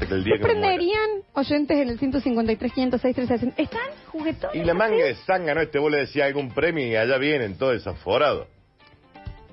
El día ¿Qué que me muera. prenderían oyentes en el 153, 506, 360? ¿Están juguetones? Y la manga así? de zángano, este vos le decías algún premio y allá vienen todos desaforados.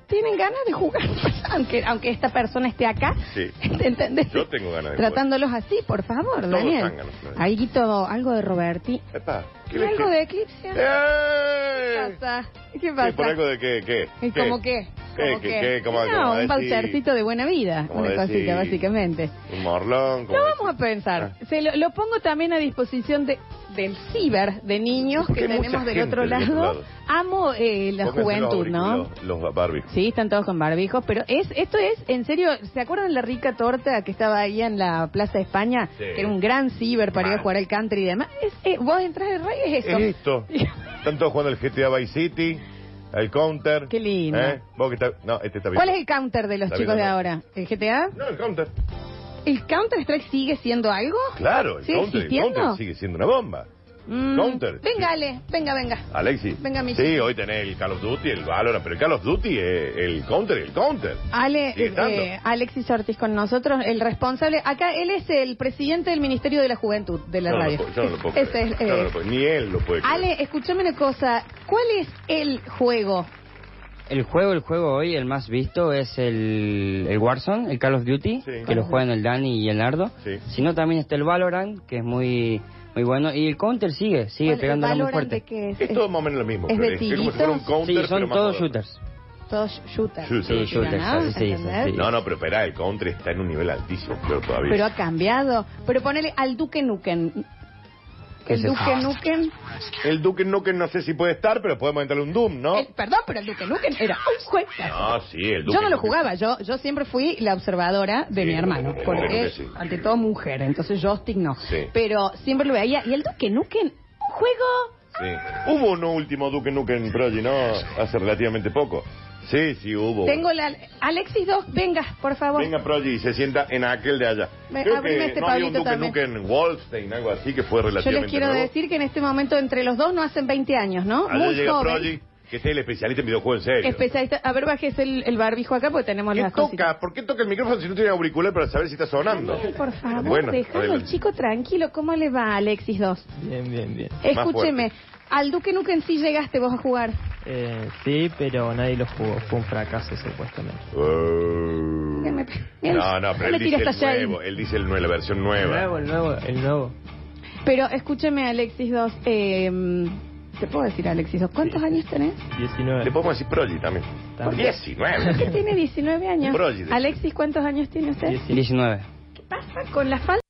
Tienen ganas de jugar, aunque, aunque esta persona esté acá. Sí. ¿Te entendés? Yo tengo ganas de jugar. Tratándolos así, por favor, Todos Daniel. zánganos, Florencia. Ahí Guito, algo de Roberti. Epa, ¿Y le- algo de Eclipse? ¿Qué ¡Eh! pasa? ¿Qué ¿Qué, ¿Por pasa? algo de qué? ¿Qué? ¿Y ¿Cómo qué? ¿Qué? ¿Cómo ¿Qué? ¿Qué? ¿Cómo- no, cómo un decir? vouchercito de buena vida, ¿Cómo una decir? cosita, básicamente. Un morlón. Lo ¿cómo vamos a decir? pensar. Se lo, lo pongo también a disposición de, del ciber de niños Porque que hay mucha tenemos del gente otro del otro lado. lado. Amo eh, la Pónganse juventud, los ¿no? auriculares, Los barbijos. Sí, están todos con barbijos, pero es esto es, en serio, ¿se acuerdan la rica torta que estaba ahí en la Plaza de España? Sí. Que era un gran ciber para ir a Mal. jugar al country y demás. Es, eh, vos entras de rey, es eso. Es esto. Están todos jugando el GTA Vice City, el Counter. Qué lindo. ¿Eh? ¿Vos que está... No, este está bien. ¿Cuál es el counter de los Está chicos de bien, ¿no? ahora? ¿El GTA? No, el Counter. ¿El Counter Strike sigue siendo algo? Claro, el ¿Sigue Counter. El existiendo? Counter sigue siendo una bomba. Mm, Counter. Venga, Ale, venga, venga. Alexis. Venga, mi Sí, hoy tenés el Call of Duty, el Valorant, pero el Call of Duty, eh, el Counter, el Counter. Ale, Sigue estando. eh, Alexis Ortiz con nosotros, el responsable. Acá él es el presidente del Ministerio de la Juventud de Yo la no lo radio. puedo- yo no lo puedo Ese creer. es, Yo no eh, lo puedo- Ni él lo puede creer. Ale, escúchame una cosa. ¿Cuál es el juego? El juego, el juego hoy, el más visto es el, el Warzone, el Call of Duty, Sí. que lo juegan el Dani y el Nardo. Sí. Si no, también está el Valorant, que es muy muy bueno. Y el Counter sigue, sigue ¿Cuál- pegándole muy Valorant de fuerte. qué es? Es todo más o menos lo mismo. ¿Es de Flores. como si fuera un tiritos? Counter, sí, pero son más todos moderno. shooters. Todos shooters. Shooters. Sí, Shooters, ¿no? así se dice, ¿Entendés? sí. No, no, pero esperá, el Counter está en un nivel altísimo, Flor, todavía. Pero ha cambiado. Pero ponele al Duque Nuken. ¿Qué es El eso? Duque Nuken. El Duke Nukem no sé si puede estar, pero podemos entrarle un Doom, ¿no? el- perdón, pero el Duque Nuken era un juego. No, sí, el Duke Eh, Yo no lo Nukem. jugaba, yo yo siempre fui la observadora de Sí, mi hermano, claro porque que sí. ante todo mujer, entonces yo Stig no. Sí. Pero siempre lo veía. Y el Duque Nukem, un juego. Sí. Hubo un último Duke Nukem Prodigy, ¿no? Hace relativamente poco. Sí, sí, hubo. Tengo la. Alexis 2, venga, por favor. Oh. Venga, Prodigy, se sienta en aquel de allá. Ve, Creo abrime que este no había un pablito Duke también. Nukem Wolfstein, algo así, que fue yo les relativamente quiero nuevo. decir que en este momento entre los dos no hacen 20 años, ¿no? Allá Muy llega joven. Prodigy, que este es el especialista en videojuegos en serio. Especialista. A ver, bajese el, el barbijo acá porque tenemos ¿Qué las toca? cositas. ¿Por qué toca el micrófono si no tiene auricular para saber si está sonando? Ay, por favor, Bueno, dejalo al adelante. chico tranquilo. ¿Cómo le va a Alexis 2? Bien, bien, bien. Escúcheme, fuerte. al Duque Nukem sí llegaste vos a jugar. Eh, sí, pero nadie lo jugó. Fue un fracaso, supuestamente. Ya me- mira, Oh. No, no, ya pero me él dice el tiraste allá ahí. nuevo, él dice el nuevo, la versión El nueva. nuevo, el nuevo, el nuevo. Pero escúcheme, Alexis 2. Eh, ¿Te puedo decir, Alexis 2? ¿Cuántos Sí. años tenés? 19. Le podemos decir Prodigy también. También. 19. Tiene 19 años. Prodigy. Alexis, ¿cuántos años tiene usted? 19. ¿Qué pasa con la falta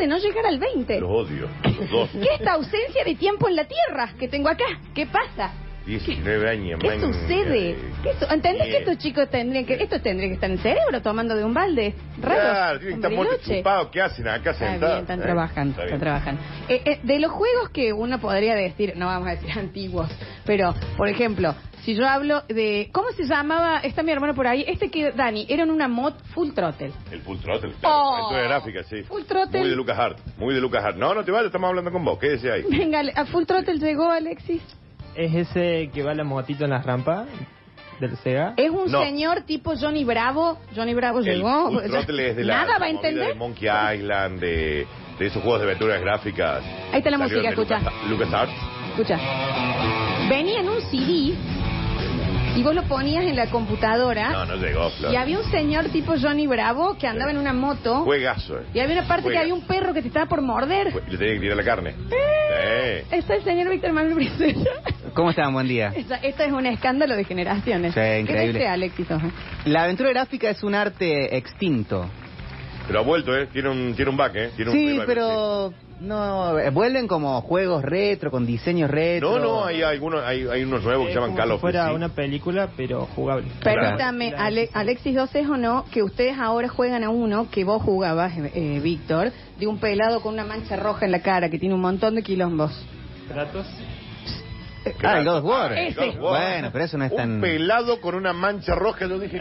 de no llegar al 20? Los odio. Los dos. ¿Qué esta ausencia de tiempo en la Tierra que tengo acá? ¿Qué pasa? 19 años, ¿Qué man. sucede? ¿Qué su- ¿Entendés Bien. que estos chicos tendrían que... Estos tendrían que estar en cerebro tomando de un balde? Raros. Claro, tienen que estar en muertos Bariloche. chupados. ¿Qué hacen acá Está sentados? bien, están Eh, trabajando, está están bien. trabajando. Eh, eh, de los juegos que uno podría decir, no vamos a decir antiguos, pero, por ejemplo, si yo hablo de... ¿Cómo se llamaba? Está mi hermano por ahí. Este que, Dani, era en una mod full throttle. El Full Throttle. Claro, Oh. esto es gráfica, sí. Full Throttle. Muy de Lucas Hart. Muy de Lucas Hart. No, no te vayas, estamos hablando con vos. Quédese ahí. Venga, a full throttle llegó Alexis. ¿Es ese que va la motito en las rampas del Sega? Es un No. señor tipo Johnny Bravo. Johnny Bravo El llegó. Full Throttle es de la Nada va a movida entender. de Monkey Island, de, de esos juegos de aventuras gráficas. Ahí está la Salió música, de Lucas- Lucas Hart. Escucha. Venía en un CD y vos lo ponías en la computadora. No, no llegó, Flor. ¿Ah? Y había un señor tipo Johnny Bravo que andaba en una moto. Juegazo, eh. Y había una parte Juegas. que había un perro que te estaba por morder. Fue- Le tenía que tirar la carne. Eh. Está el señor Víctor Manuel Briceño. ¿Cómo están? Buen día. Esta- Esto es un escándalo de generaciones. Sí, ¿Qué increíble. dice Alexis? Ojo? La aventura gráfica es un arte extinto. Pero ha vuelto, ¿eh? Tiene un, tiene un back, ¿eh? Tiene un Sí, revival, sí. pero no eh, vuelven como juegos retro con diseños eh, retro. No, no, hay, algunos, hay, hay unos nuevos que Es se llaman como Call si of fuera Duty. una película, pero jugable. Permítame, Claro. Ale- Alexis, ¿dos es o no que ustedes ahora juegan a uno que vos jugabas, eh, eh, Víctor, de un pelado con una mancha roja en la cara que tiene un montón de quilombos? Kratos. Ah, el God of War. Ah, el God of Ese. War. Bueno, pero eso no es Un tan- pelado con una mancha roja, yo dije...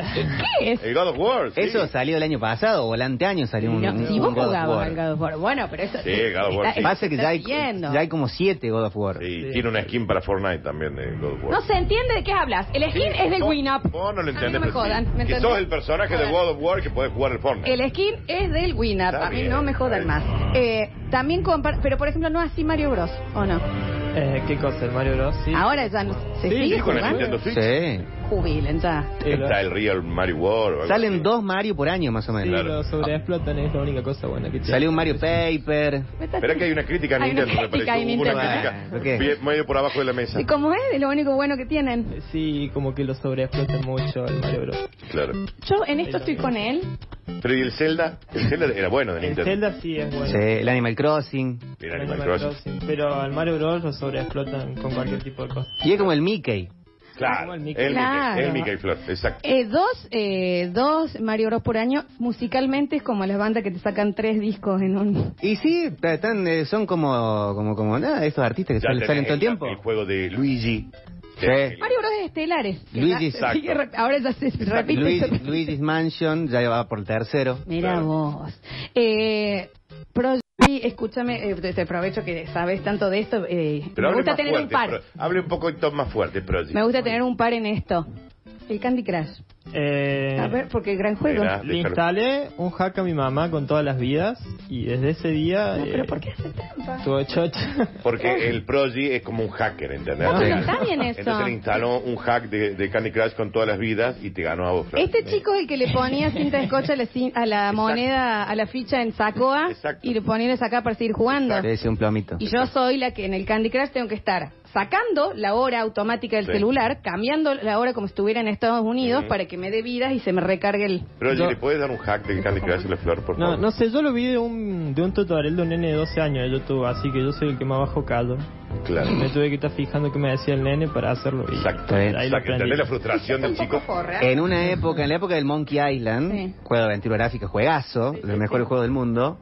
¿Qué es? El God of War, sí. Eso salió el año pasado o el anteaño salió un, No, si un vos God of jugabas War. al God of War, bueno, pero eso. Sí, God of War, sí. Pasa que está ya hay, viendo. ya hay como siete God of War. Sí, tiene una skin para Fortnite también de God of War. No se entiende de qué hablas. El skin es del Vos- Winup. Vos no lo entendés. A mí no me pero sí. jodan. ¿me que entendés? sos el personaje de Jodan. God of War que podés jugar el Fortnite. El skin es del Winup. Está A mí bien, no me está jodan bien. más. Eh, también compar pero por ejemplo no así Mario Bros. ¿O no? Eh, ¿Qué cosa? ¿El Mario Bros? Sí. Ahora ya no, Sí, se sigue sí, con el Nintendo jugando. Switch. Sí. Jubilen ya. Eh, Está el lo- Real Mario War. o algo Salen así. dos Mario por año más o Sí, menos. Claro. lo sobreexplotan, es la única cosa buena que tiene. Salió un Mario Paper. Me estás- Espera que hay una crítica a Hay una Nintendo, me parece. crítica a Hubo una Nintendo. crítica Ah, ok. bien- medio por abajo de la mesa. Y como es, es lo único bueno que tienen. Sí, como que lo sobreexplotan mucho el Mario Bros. Claro. Yo en esto estoy con él. Pero ¿y el Zelda? El Zelda era bueno de El Nintendo. Zelda sí es bueno. Sí, el Animal Crossing. Era El Animal Animal Crossing. Crossing, Pero al Mario Bros lo sobreexplotan con cualquier tipo de cosa. Y es como el Mickey. Claro. Como El el Mickey. Mickey. El Claro. Mickey Flor. Exacto. Eh, dos, eh, dos Mario Bros por año. Musicalmente es como las bandas que te sacan tres discos en un. Y sí, ta- están, eh, son como, como, como nada, estos artistas que Ya salen, tenés salen todo el- el tiempo. El juego de Luigi. Sí. El- Mario Bros estelares. que Luigi, ya- exacto. sigue re- ahora ya se repite. Luigi, Luigi's Mansion ya va por el tercero. Mira Claro. vos. Eh, Pro- sí, escúchame, eh, te te aprovecho que sabes tanto de esto. eh, Pero me hable gusta más tener fuerte, un par. Pro- Hable un poquito más fuerte, pero Me gusta tener un par en esto. El Candy Crush. Eh, A ver, porque gran juego. Mirá. Le instalé un hack a mi mamá con todas las vidas y desde ese día No, eh, pero ¿por qué hace trampa? estuvo chocha. Porque el Prodigy es como un hacker, ¿entendés? No, Sí. no está bien eso. Entonces le instaló un hack de, de Candy Crush con todas las vidas y te ganó a vos. Flor. Este chico es el que le ponía cinta de escocha a la, cin- a la moneda, a la ficha en Sacoa Exacto. y le ponía la saca para seguir jugando. Debe ser un plomito. Y yo soy la que en el Candy Crush tengo que estar sacando la hora automática del Sí. celular, cambiando la hora como si estuviera en Estados Unidos para que me dé vidas y se me recargue el... Prodigy, Yo- ¿le puedes dar un hack de Candy Crush a la Flor, por No, favor? no sé, yo lo vi de un, de un tutorial de un nene de 12 años de YouTube, así que yo soy el que más bajo caldo. Claro. Me tuve que estar fijando qué me decía el nene para hacerlo. y Exacto. ahí lo Exacto. aprendí. ¿Entendés la frustración del chico? En una época, en la época del Monkey Island, Sí. juego de aventura gráfica, juegazo, de los mejores juegos del mundo,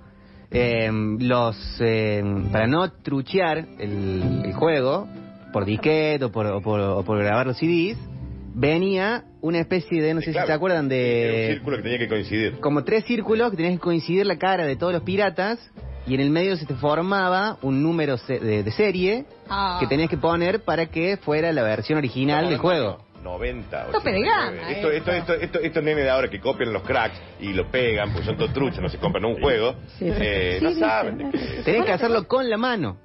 eh, los eh, para no truchear el, el juego por disquete o por, o por- o por grabar los CDs, venía una especie de, no sé si Claro. se acuerdan, Era un de círculo que tenía que coincidir. como tres círculos que tenías que coincidir la cara de todos los piratas y en el medio se te formaba un número se- de, de serie Ah. que tenías que poner para que fuera la versión original del juego. 90. Tope de 89. gama, Esto, esto, esto, esto, estos nenes de ahora que copian los cracks y lo pegan, pues son todos truchos, no se compran un juego. Sí. eh, Sí, no dicen, saben de qué es. Tenías que hacerlo con la mano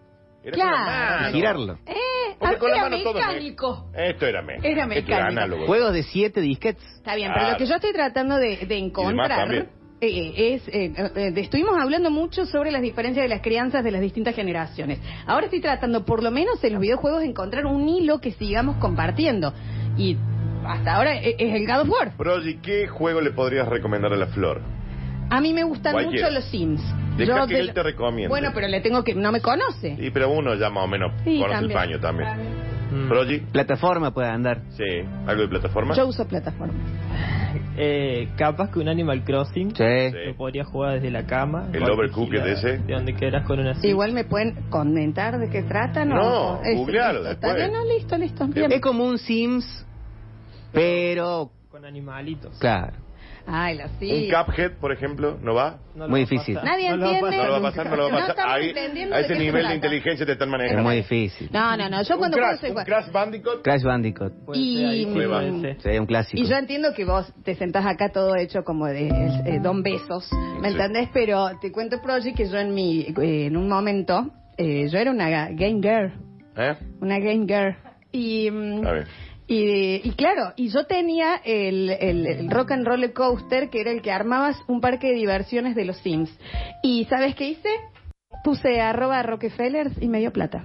Era con la Claro. mano. y girarlo. Ah, Eh, Porque con la era mano todo me- mecánico. Esto era mecánico. Era Esto era mecánico. análogo. Juegos de 7 disquets. Está bien, pero Claro. lo que yo estoy tratando de, de encontrar Ah. también. eh, es... eh, eh, de- estuvimos hablando mucho sobre las diferencias de las crianzas de las distintas generaciones. Ahora estoy tratando, por lo menos en los videojuegos, encontrar un hilo que sigamos compartiendo. Y hasta ahora eh, es el God of War. Prodigy, ¿qué juego le podrías recomendar a la Flor? A mí me gustan Cualquiera. mucho los Sims. Deja Yo que él te recomiende. Bueno, pero le tengo que... No me conoce. Y pero uno ya más o menos Sí, conoce el también. paño también. Mm. Prodigy, Plataforma puede andar. sí, algo de plataforma. Yo uso plataformas. Eh, capaz que un Animal Crossing Sí. Sí. lo podría jugar desde la cama. El con Overcooked tequila, ese. De donde quedas con una silla. Igual me pueden comentar de qué tratan. o- No, Es- googlealo listo, después. está bien, No, listo, listo. bien. Es como un Sims, pero. Con animalitos. Claro. Ay, la sí. Un Cuphead, por ejemplo, ¿no va? No lo Muy vas a difícil. pasar. Nadie No lo vas a entiende. No lo va a pasar, no lo va a pasar. estamos Ahí, entendiendo a de ese qué se nivel de trata. inteligencia te están Es manejando. muy difícil. No, no, no. Yo un cuando juego Crash, soy un igual. Crash Bandicoot. Crash Bandicoot. Puede ser Y- ahí, puede Prueba. ser. Sí, un clásico. Y yo entiendo que vos te sentás acá todo hecho como de eh, Don Besos, ¿me Sí. entendés? Pero te cuento, Project, que yo en mi, eh, en un momento, eh, yo era una ga- game girl, ¿Eh? una game girl. Y, mm, A ver. y, y claro, y yo tenía el, el- el Rock and Roller Coaster, que era el que armabas un parque de diversiones de los Sims. Y ¿sabes qué hice? Puse arroba Rockefellers y me dio plata.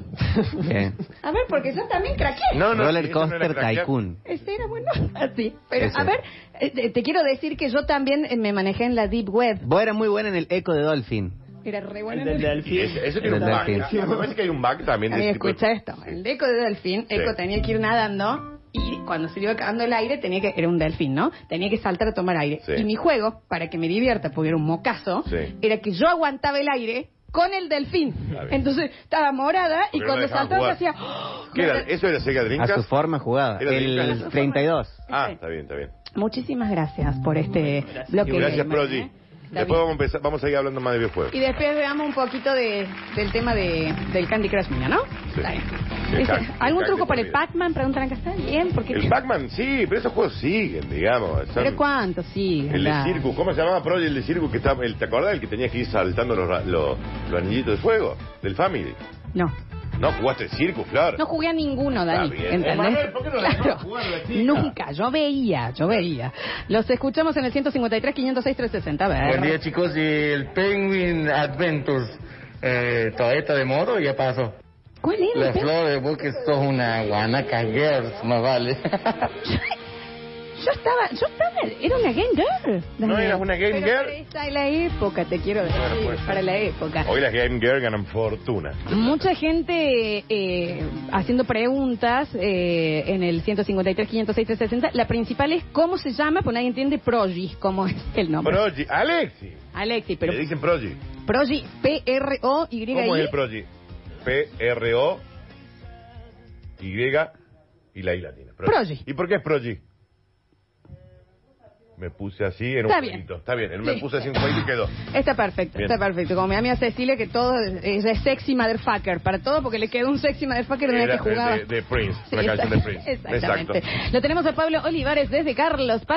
Bien. A ver, porque yo también craqué. No, no, Eh. Roller sí, eso no era Coaster craquear. Tycoon. Ese era bueno, así. Pero Ese. a ver, eh, te, te quiero decir que yo también eh, me manejé en la Deep Web. Vos eras muy buena en el Eco de Dolphin. Era re El bueno. del en el- Y delfín. ese- eso tiene El un bug. delfín. Ah, Me parece que hay un bug también. de Amigo, ese tipo de- escucha esto. El de eco de delfín, Sí. Eco tenía que ir nadando y cuando se le iba acabando el aire tenía que, era un delfín, ¿no? Tenía que saltar a tomar aire. Sí. Y mi juego, para que me divierta, porque era un mocazo, Sí. era que yo aguantaba el aire con el delfín. Está bien. Entonces estaba morada y Porque no cuando la dejaban saltaba "Oh, jugar. hacía. ¿Qué era? ¿Eso era Sega A su Drinkas? forma jugada. Era Dreamcast. El 32. Ah, está bien, está bien. Muchísimas gracias por este bloque. Y gracias, gamer, Prodigy. ¿eh? Está Después vamos a, empezar- vamos a seguir hablando más de videojuegos. Y después veamos un poquito de, del tema de, del Candy Crush Mina, ¿no? Sí. Está bien. Sí, Dice, Candy- ¿Algún Candy truco para el Crush Mina. Pac-Man? Preguntan acá, ¿está bien? Porque... El Pac-Man, sí, pero esos juegos siguen, digamos. son- ¿Pero cuánto? Sí. El de anda. Circus, ¿cómo se llamaba Prodigy el de Circus? Que estaba, el, ¿Te acordás? El que tenías que ir saltando los, ra- los, los anillitos de fuego del Family. No. No jugaste Circus, claro. No jugué a ninguno, Dani. Está bien. ¿Entendés? Emanuel, ¿por qué no la dejás Claro. jugar a la chica? Nunca. Yo veía, yo veía. Los escuchamos en el 153, 506, 360. A ver. Buen día chicos, y el Penguin Adventures eh, todavía está de modo ya pasó. ¿Cuál era? La el pe- flor de vos que sos una guanaca girls, más vale. Yo estaba, yo estaba, era una Game Girl. No Daniel. eras una Game Pero Girl. Para esa- la época, te quiero decir, Bueno, pues. para la época. Hoy las Game Gear ganan fortuna. Mucha gente eh, haciendo preguntas eh, en el 153, 506, 360. La principal es cómo se llama, porque nadie entiende Progis, cómo es el nombre. Prodigy, Alexi. Alexi, pero Le dicen Prodigy. Progis, P-R-O-Y. ¿Cómo es el Prodigy? P-R-O Y y la I latina. Prodigy. ¿Y por qué es Prodigy? Me puse así en un Está bien. jueguito. Está bien, él me Sí. puse así en un jueguito y quedó. Está perfecto, Bien. está perfecto. Como mi amiga Cecilia, que todo ella es sexy motherfucker. Para todo, porque le quedó un sexy motherfucker en el Era que jugaba. de, de Prince, Sí, la exact- canción de Prince. Exactamente. Lo tenemos a Pablo Olivares desde Carlos Paz